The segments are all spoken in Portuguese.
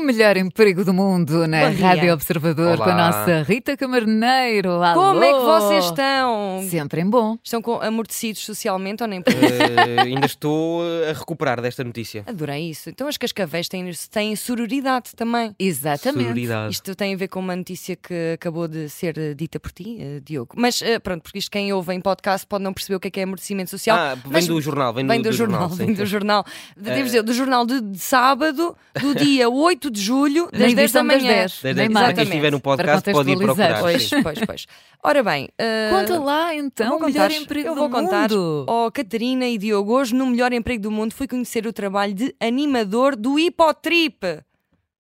melhor emprego do mundo na Bom dia. Rádio Observador com a Olá. nossa Rita Camarneiro. Alô. Como é que vocês estão? Sempre em bom. Estão com- amortecidos socialmente ou nem por isso? Eh, ainda estou a recuperar desta notícia. Adorei isso. Então as cascavéis têm, têm sororidade também. Exatamente. Sororidade. Isto tem a ver com uma notícia que acabou de ser eh, dita por ti, eh, Diogo. Mas eh, pronto, porque isto quem ouve em podcast pode não perceber o que é que é amortecimento social. Ah, vem mas do jornal, vem, Vem do, jornal, sim. vem do jornal. De- Devo dizer, do jornal de, de sábado, do dia 8 de julho, das 10 da edição das manhã. Ah, 10. Desde Nem que- mais. para quem estiver no podcast Para pode ir contextualizar. procurar. Pois, Ah, sim. pois, pois. Ora bem, eh, Conta lá então, vou o melhor contar, emprego eu do vou contar mundo. ao Oh, Catarina e Diogo hoje no melhor emprego do mundo fui conhecer o trabalho de animador do Hipotrip.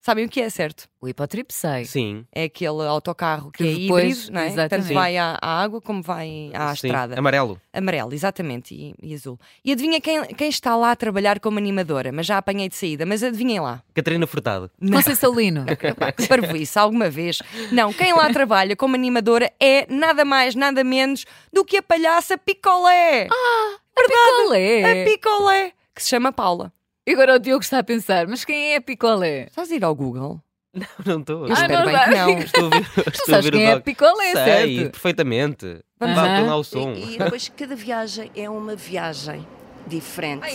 Sabem o que é, certo? O Hipotrip sei. Sim. É aquele autocarro que, Que é depois- híbrido, não é? exatamente. Tanto vai à, à água como vai à sim. estrada. Amarelo. Amarelo, exatamente, e, e azul. E adivinha quem, quem está lá a trabalhar como animadora, mas já apanhei de saída, mas adivinhem lá. Catarina Furtado. Conceição Lino. Pá, que parvoíce, alguma vez. Não, quem lá trabalha como animadora é nada mais, nada menos do que a palhaça Picolé. Picolé. A É Picolé, que se chama Paula. E Agora o Diogo está a pensar, mas quem é a Picolé? Estás a ir ao Google? Não estou. Eu Ah, espero não bem dá. que não. Estou a ouvir, estou a sabes ouvir o quem é doc. picolé, Sei, certo? perfeitamente. Vamos Vá, lá. põe lá o som. E, e depois cada viagem é uma viagem diferente.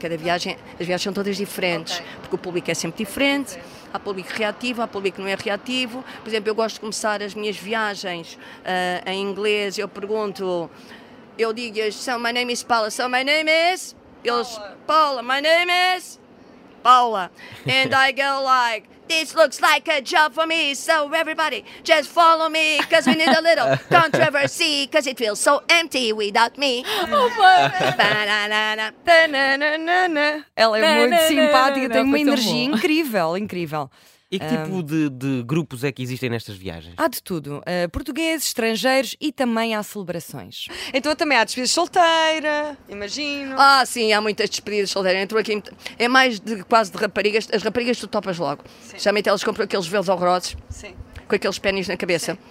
Cada viagem, as viagens são todas diferentes, porque o público é sempre diferente. Há público reativo, há público que não é reativo. Por exemplo, eu gosto de começar as minhas viagens ah, em inglês, eu pergunto, eu digo-lhes, so my name is Paula, so my name is... Eles, Paula, my name is... Paula. And I go like, this looks like a job for me, so everybody just follow me, because we need a little controversy, because it feels so empty without me. Ba-na-na-na. Tananana. Ela é Não, muito não, não, não, simpática, tem não, uma foi tão energia bom. incrível, incrível. E que tipo de, de grupos é que existem nestas viagens? Há de tudo. Uh, portugueses, estrangeiros e também há celebrações. Então também há despesas solteira, imagino. Ah, sim, há muitas despedidas solteiras. Entrou aqui, muito- é mais de quase de raparigas. As raparigas tu topas logo. Geralmente elas compram aqueles velos horrorosos. Com aqueles pênis na cabeça.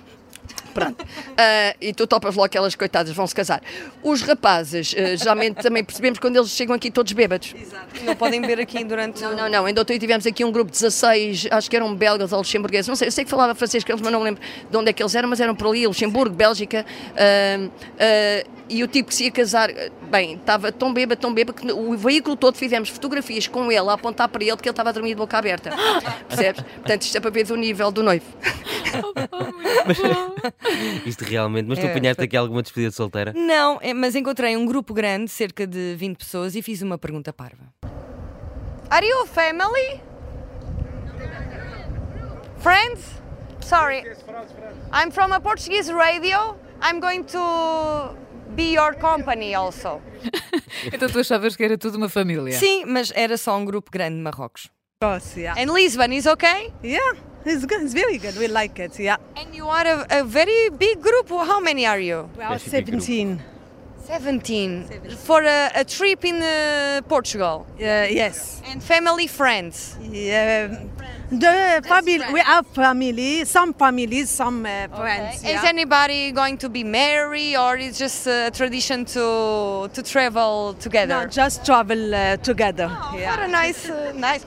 Pronto. Ah, e tu topas logo que elas, coitadas, vão se casar. Os rapazes, ah, geralmente também percebemos quando eles chegam aqui todos bêbados. Não podem beber aqui durante. Não, não, não. Ainda ontem tivemos aqui um grupo de 16, acho que eram belgas ou luxemburgueses, não sei, eu sei que falava francês com eles, mas não me lembro de onde é que eles eram, mas eram por ali, Luxemburgo, Bélgica. ah, ah, e o tipo que se ia casar, ah, bem, estava tão bêbado, tão bêbado, que o veículo todo fizemos fotografias com ele, a apontar para ele, porque ele estava a dormir de boca aberta. Percebes? Portanto, isto é para ver do nível do noivo. Isto realmente. É, Mas tu apanhaste aqui alguma despedida de solteira? Não, é- mas encontrei um grupo grande, cerca de 20 pessoas, e fiz uma pergunta parva. Are you family? Friends? Sorry. I'm from a Portuguese radio. I'm going to be your company also. Então tu achavas que era tudo uma família. Sim, mas era só um grupo grande de Marrocos. yeah. And Lisbon is okay? Yeah, it's good. It's very good. We like it. Yeah. And you are a, a very big group. How many are you? We are 17. Uh, 17. For a, a trip in uh, Portugal. yes. And family, friends. Yeah. um, The family. We have family. Some families. Some uh, friends. Is Yeah. anybody going to be married or is just a tradition to, to travel together? No, just travel uh, together. Oh, What a nice, uh, nice.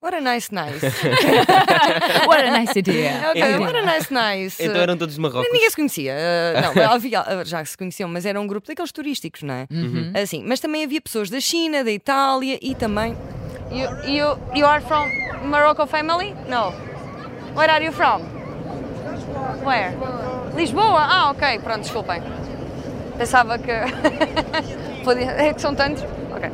What a nice nice. What a nice idea. Ok, what a nice nice. Então eram todos de Marrocos. Ninguém se conhecia. eh, não, havia- já se conheciam, mas era um grupo daqueles turísticos, não é? Assim, mas também havia pessoas da China, da Itália e também. You, you, you are from Morocco family? No. Where are you from? Where? Lisboa? Ah, ok, pronto, desculpem. Pensava que. Podia- É que são tantos. Ok.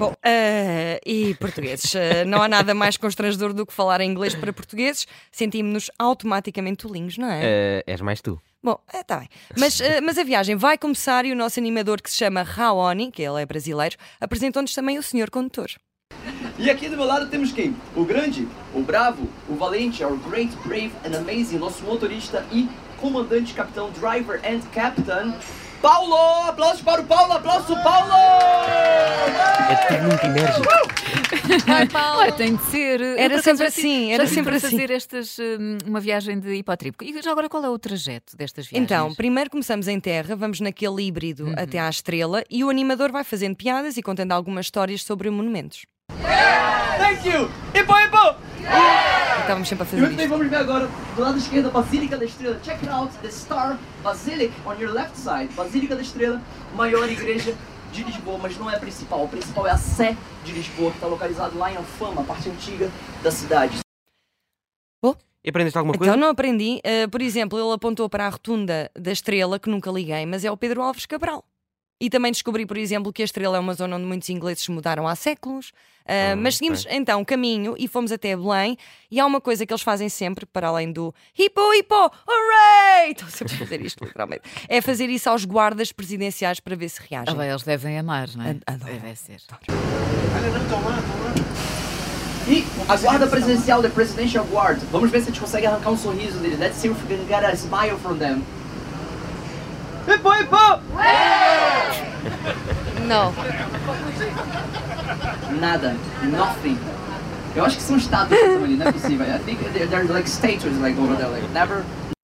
Bom, eh, e portugueses. Eh, não há nada mais constrangedor do que falar em inglês para portugueses. Sentimos-nos automaticamente tolinhos, não é? Eh, és mais tu. Bom, está bem. Mas, eh, mas a viagem vai começar e o nosso animador, que se chama Raoni, que ele é brasileiro, apresentou-nos também o senhor condutor. E aqui do meu lado temos quem? O grande, o bravo, o valente, our great, brave and amazing, nosso motorista e comandante, capitão, driver and captain, Paulo! Aplausos para o Paulo, aplauso Paulo! É tudo muito enérgico. Olha, tem de ser. Eu, Era por acaso, sempre já tive- assim, já era tive sempre para assim. fazer estas, hum, uma viagem de hipotrípico. E já agora qual é o trajeto destas viagens? Então, primeiro começamos em terra, vamos naquele híbrido até à estrela e o animador vai fazendo piadas e contando algumas histórias sobre monumentos. Thank you! E põe, Estávamos Então, sempre a E fazer muito bem, isto. vamos ver agora do lado esquerdo a Basílica da Estrela. Check it out, the Star Basilic on your left side. Basílica da Estrela, maior igreja de Lisboa, mas não é a principal. A principal é a Sé de Lisboa, que está localizado lá em Alfama, a parte antiga da cidade. E aprendeste alguma coisa? Então não aprendi. Eh, por exemplo, ele apontou para a rotunda da Estrela, que nunca liguei, mas é o Pedro Alves Cabral. E também descobri, por exemplo, que a Estrela é uma zona onde muitos ingleses se mudaram há séculos. Eh, Ah, mas seguimos ok. então o caminho e fomos até Belém. E há uma coisa que eles fazem sempre, para além do hipo, hipo, hooray! Estão sempre a fazer isto, literalmente. É fazer isso aos guardas presidenciais para ver se Ah, reagem. bem, eles devem amar, não é? Adoro. Deve ser. E a guarda presidencial, the Presidential Guard. Vamos ver se a gente consegue arrancar um sorriso deles. Let's see if we can get a smile from them. Hipo, hipo! Não. Nada. Nothing. Eu acho que são estátuas que estão ali, não é possível. I think they're, they're like statues like over there, like never...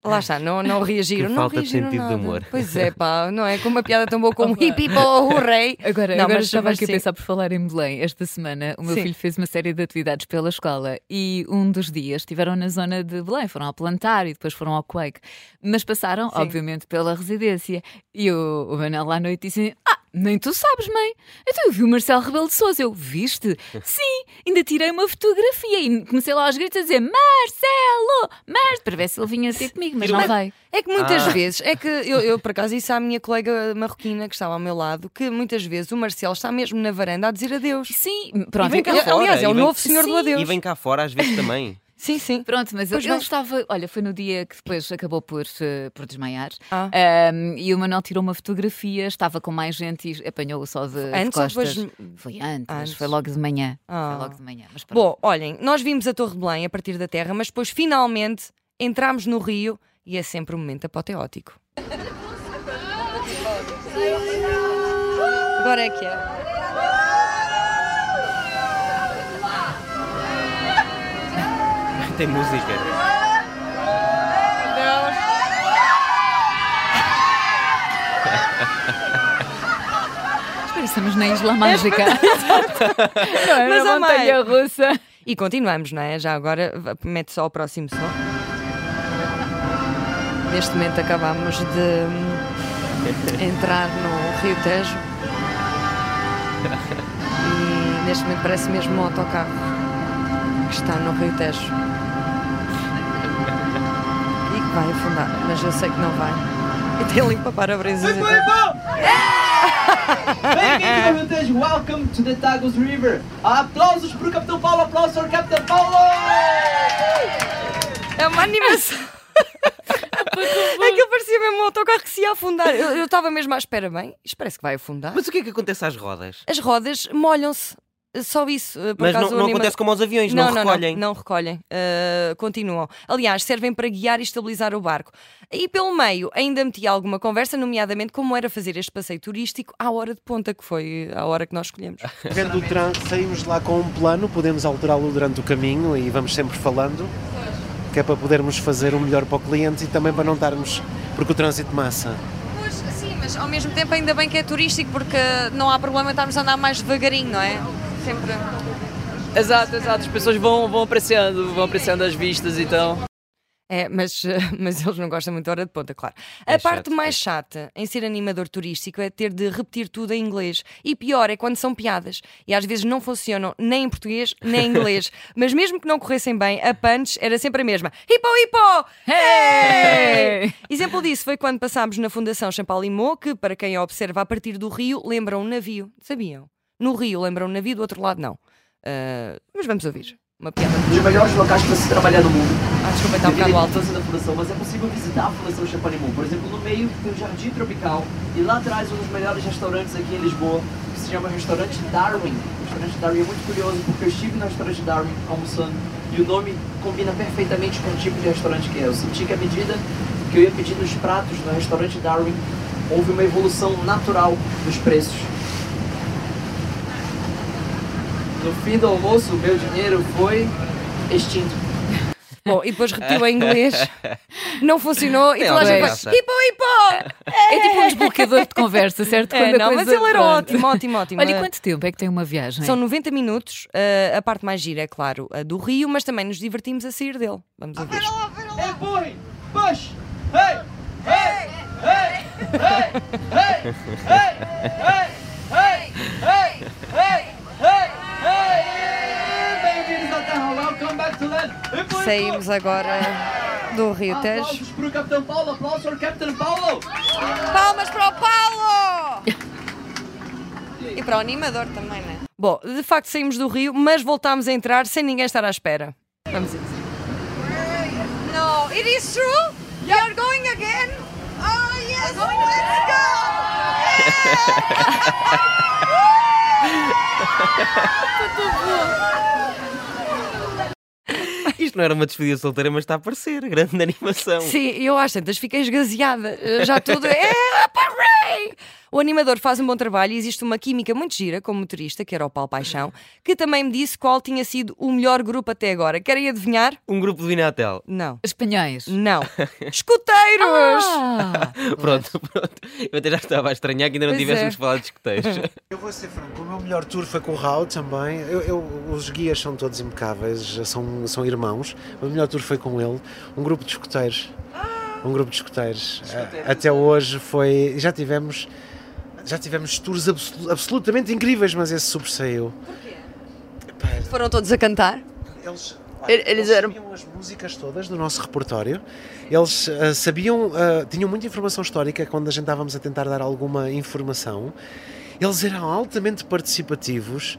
É. Lá está, não, não reagiram. Que não falta de reagiram sentido de nada. humor. Pois é, pá, não é? Com uma piada tão boa como hippie, pô, hooray. Agora, Não, agora mas- estava mas aqui a sim. pensar por falar em Belém. Esta semana o meu Sim. filho fez uma série de atividades pela escola e um dos dias estiveram na zona de Belém, foram ao plantar e depois foram ao Quake. Mas passaram, obviamente, pela residência. E o, o Manel lá à noite disse: Ah, nem tu sabes, mãe. Então eu vi o Marcelo Rebelo de Souza. Eu, viste? Sim, ainda tirei uma fotografia e comecei lá aos gritos a dizer: Marcelo, Marcelo, para ver se ele vinha ter comigo, mas não vai. É que muitas Ah. vezes, é que eu, eu, por acaso, isso à minha colega marroquina que estava ao meu lado, que muitas vezes o Marcelo está mesmo na varanda a dizer adeus. Sim, pronto. vem cá eu- fora. aliás, é e o vem- novo senhor do Sim. adeus. E vem cá fora às vezes também. Sim, sim. Pronto, mas ele, Pois ele não. estava. Olha, foi no dia que depois acabou por, eh, por desmaiar. Ah. Ahm, e o Manuel tirou uma fotografia, estava com mais gente e apanhou-o só de, de Antes ou costas. depois? Foi antes, mas Antes. foi logo de manhã. Ah. Foi logo de manhã. Mas pronto. Bom, olhem, nós vimos a Torre de Belém a partir da Terra, mas depois finalmente entramos no Rio e é sempre um momento apoteótico. Agora é que é. Tem música. Mas parecemos na Isla Mágica. É Mas na há montanha russa. E continuamos, não é? Já agora v- mete só o próximo som. Neste momento acabamos de hum, entrar no Rio Tejo. E neste momento parece mesmo um autocarro que está no Rio Tejo. E que vai afundar, mas eu sei que não vai. E tem limpa para-brisas. e Hipo, tudo. hipo! Bem-vindo, meu Deus. Welcome to the Tagus River. Aplausos pro Capitão Paulo, aplausos ao Capitão Paulo! É uma animação. Aquilo parecia mesmo um autocarro que se ia afundar. Eu eu estava mesmo à espera, bem, isto parece que vai afundar. Mas o que é que acontece às rodas? As rodas molham-se. Só isso. eh, Por Mas acaso, não, o não anima- acontece como aos aviões, não, recolhem. Não, recolhem. Eh, continuam. Aliás, servem para guiar e estabilizar o barco. E pelo meio, ainda meti alguma conversa, nomeadamente como era fazer este passeio turístico à hora de ponta, que foi a hora que nós escolhemos. Vendo o trânsito, saímos de lá com um plano, podemos alterá-lo durante o caminho e vamos sempre falando, que é para podermos fazer o melhor para o cliente e também para não estarmos, porque o trânsito massa. Pois, sim, mas ao mesmo tempo ainda bem que é turístico porque não há problema estarmos a andar mais devagarinho, não é? Sempre. Exato, exato. As pessoas vão, vão apreciando, vão apreciando as vistas, então. É, mas, eh, mas eles não gostam muito da hora de ponta, claro. A É parte chato, mais é. chata em ser animador turístico é ter de repetir tudo em inglês. E pior é quando são piadas. E às vezes não funcionam nem em português nem em inglês. mas mesmo que não corressem bem, a punch era sempre a mesma. Hipo, hipo! Hey! Exemplo disso foi quando passámos na Fundação Champalimau, que para quem a observa a partir do rio, lembra um navio. Sabiam? No rio lembra um navio, do outro lado não. Ah, mas vamos ouvir. Uma piada. Um dos melhores locais para se trabalhar no mundo. Ah, desculpa, está um bocado alto. da fundação, mas é possível visitar a Fundação Champalimau. Por exemplo, no meio tem um jardim tropical e lá atrás um dos melhores restaurantes aqui em Lisboa, que se chama Restaurante Darwin. O restaurante Darwin é muito curioso porque eu estive no restaurante Darwin almoçando e o nome combina perfeitamente com o tipo de restaurante que é. Eu senti que à medida que eu ia pedindo os pratos no restaurante Darwin, houve uma evolução natural dos preços. No fim do almoço, o meu dinheiro foi extinto. Bom, e depois repetiu em inglês, não funcionou e Tem toda a gente alguma faz graça. hipo, hipo! É tipo um desbloqueador de conversa, certo? É, Quando a não, mas coisa- ele era pronto. ótimo, ótimo, ótimo. Olha, e Eh, quanto tempo é que tem uma viagem? São 90 minutos, eh, a parte mais gira é claro a do Rio, mas também nos divertimos a sair dele. Vamos ouvir. Empurre! É Push! Hey! Hey! Hey! Hey! Hey! Hey! Hey! Hey! Hey! Hey! Hey! Hey! Bem-vindos à Terra! Welcome back to land! Empurre! Saímos agora do Rio Tejo. Aplausos para o Capitão Paulo! Aplausos para o Capitão Paulo! Palmas para o Paulo! E para o animador também, né? Bom, de facto saímos do Rio, mas voltámos a entrar sem ninguém estar à espera. Vamos a isso. No, Oh, it is true? You're going again? Oh, yes, let's go! Isto não era uma despedida solteira, mas está a parecer. Grande animação. Sim, eu às tantas fiquei esgaseada. Já tudo é aparei! O animador faz um bom trabalho e existe uma química muito gira com o motorista, que era o Paulo Paixão, que também me disse qual tinha sido o melhor grupo até agora. Querem adivinhar? Um grupo de Vinatel. Não. Espanhóis. Não. Escuteiros! Ah, Pronto, pronto. Eu até já estava a estranhar que ainda não Pois é. tivéssemos falado de escuteiros. Eu vou ser franco, o meu melhor tour foi com o Raul também. Eu, eu- os guias são todos impecáveis, já são, são irmãos. O melhor tour foi com ele. Um grupo de escuteiros. Um grupo de escuteiros. A- Até hoje foi. Já tivemos. Já tivemos tours absolu- absolutamente incríveis, mas esse sobressaiu. Foram todos a cantar? Eles, Eles eles eram- sabiam as músicas todas do nosso repertório. Eles ah, sabiam, ah, tinham muita informação histórica quando a gente estávamos a tentar dar alguma informação. Eles eram altamente participativos.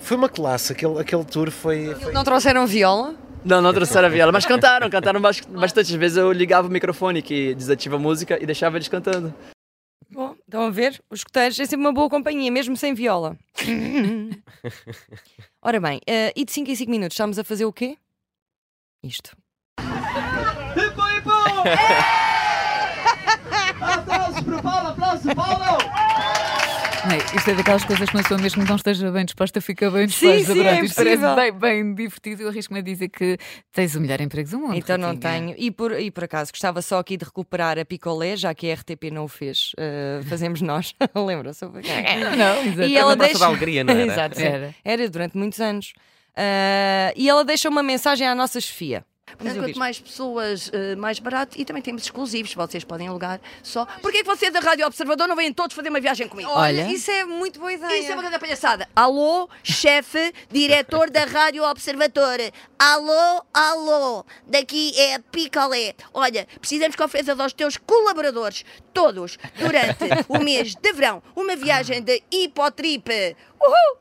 Foi uma classe, aquele, aquele tour foi. foi- Não trouxeram viola? Não, não trouxeram a viola, mas cantaram, cantaram bas- bastante. Às vezes eu ligava o microfone que desativa a música e deixava eles cantando. Bom, estão a ver? Os escuteiros é sempre uma boa companhia, mesmo sem viola. Ora bem, eh, e de 5 em 5 minutos estamos a fazer o quê? Isto. Hipo! Hipo! Aplausos para o Paulo! Aplausos para o Paulo! não é? Isto é daquelas coisas que uma pessoa mesmo que não esteja bem disposta, fica bem disposta. sim, pronto. é Isto parece impossível. bem, bem divertido. Eu arrisco-me a dizer que tens o melhor emprego do mundo. Então não Ritinha. tenho. E por, e por acaso, gostava só aqui de recuperar a picolé, já que a RTP não o fez. Eh, fazemos nós. Lembram-se? Não, exato. E ela Era Praça deixa... da Alegria, não era? Exato, sim. Era. era. durante muitos anos. Ah, e ela deixa uma mensagem à nossa chefia. Vamos Portanto, ouvir. quanto mais pessoas, eh, mais barato. E também temos exclusivos, vocês podem alugar só. Porquê que vocês da Rádio Observador não vêm todos fazer uma viagem comigo? Olha. Isso é muito boa ideia. Isso é uma grande palhaçada. Alô, chefe, diretor da Rádio Observador. Alô, alô, daqui é a Picolé. Olha, precisamos que ofereças aos teus colaboradores, todos, durante o mês de verão, uma viagem de hipotripe. Uhul!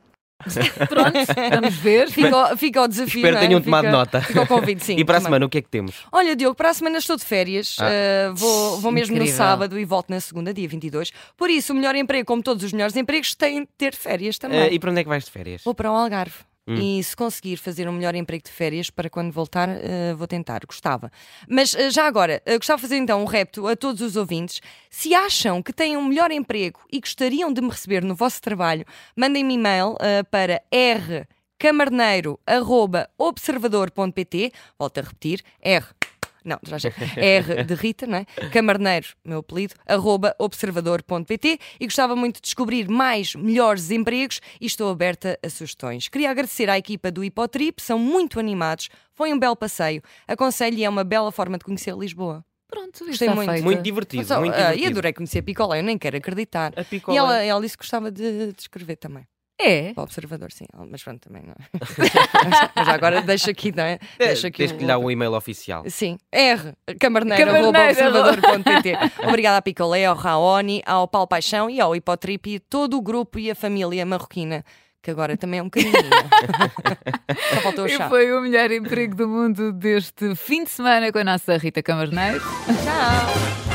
Pronto, vamos ver. Fica, o- fica o desafio. Espero não que é? tenham tomado Fica- nota. Fica o convite, sim. E para a tomamos. semana, o que é que temos? Olha, Diogo, para a semana estou de férias. Ah, vou, vou mesmo Incrível. no sábado e volto na segunda, dia 22. Por isso, o melhor emprego, como todos os melhores empregos, tem de ter férias também. Eh, e para onde é que vais de férias? Vou para o Algarve. E se conseguir fazer um melhor emprego de férias para quando voltar, eh, vou tentar, gostava. Mas eh, já agora, eh, gostava de fazer então um repto a todos os ouvintes. Se acham que têm um melhor emprego e gostariam de me receber no vosso trabalho, mandem-me e-mail eh, para rcamarneiro.observador.pt. Volto a repetir, r não, já achei. R de Rita, não é? Camarneiro, meu apelido, arroba observador.pt e gostava muito de descobrir mais melhores empregos e estou aberta a sugestões. Queria agradecer à equipa do Hipotrip, são muito animados, foi um belo passeio. Aconselho e é uma bela forma de conhecer Lisboa. Pronto, isto Gostei está muito. feito. Muito divertido, Só, muito ah, divertido. e adorei conhecer Picolé, eu nem quero acreditar. A E picolé. ela, ela disse que gostava de, de escrever também. É. Para o observador, sim, mas pronto, também não é? mas agora deixa aqui, não é? Eh, Deixa aqui Tens que lhe dar um e-mail oficial. Sim, R, camarneiro.observador.pt. Obrigada à Picolé, ao Raoni, ao Paulo Paixão e ao Hipotrip e todo o grupo e a família marroquina, que agora também é um bocadinho. Só faltou o E chá. foi o melhor emprego do mundo deste fim de semana com a nossa Rita Camarneiro. Tchau.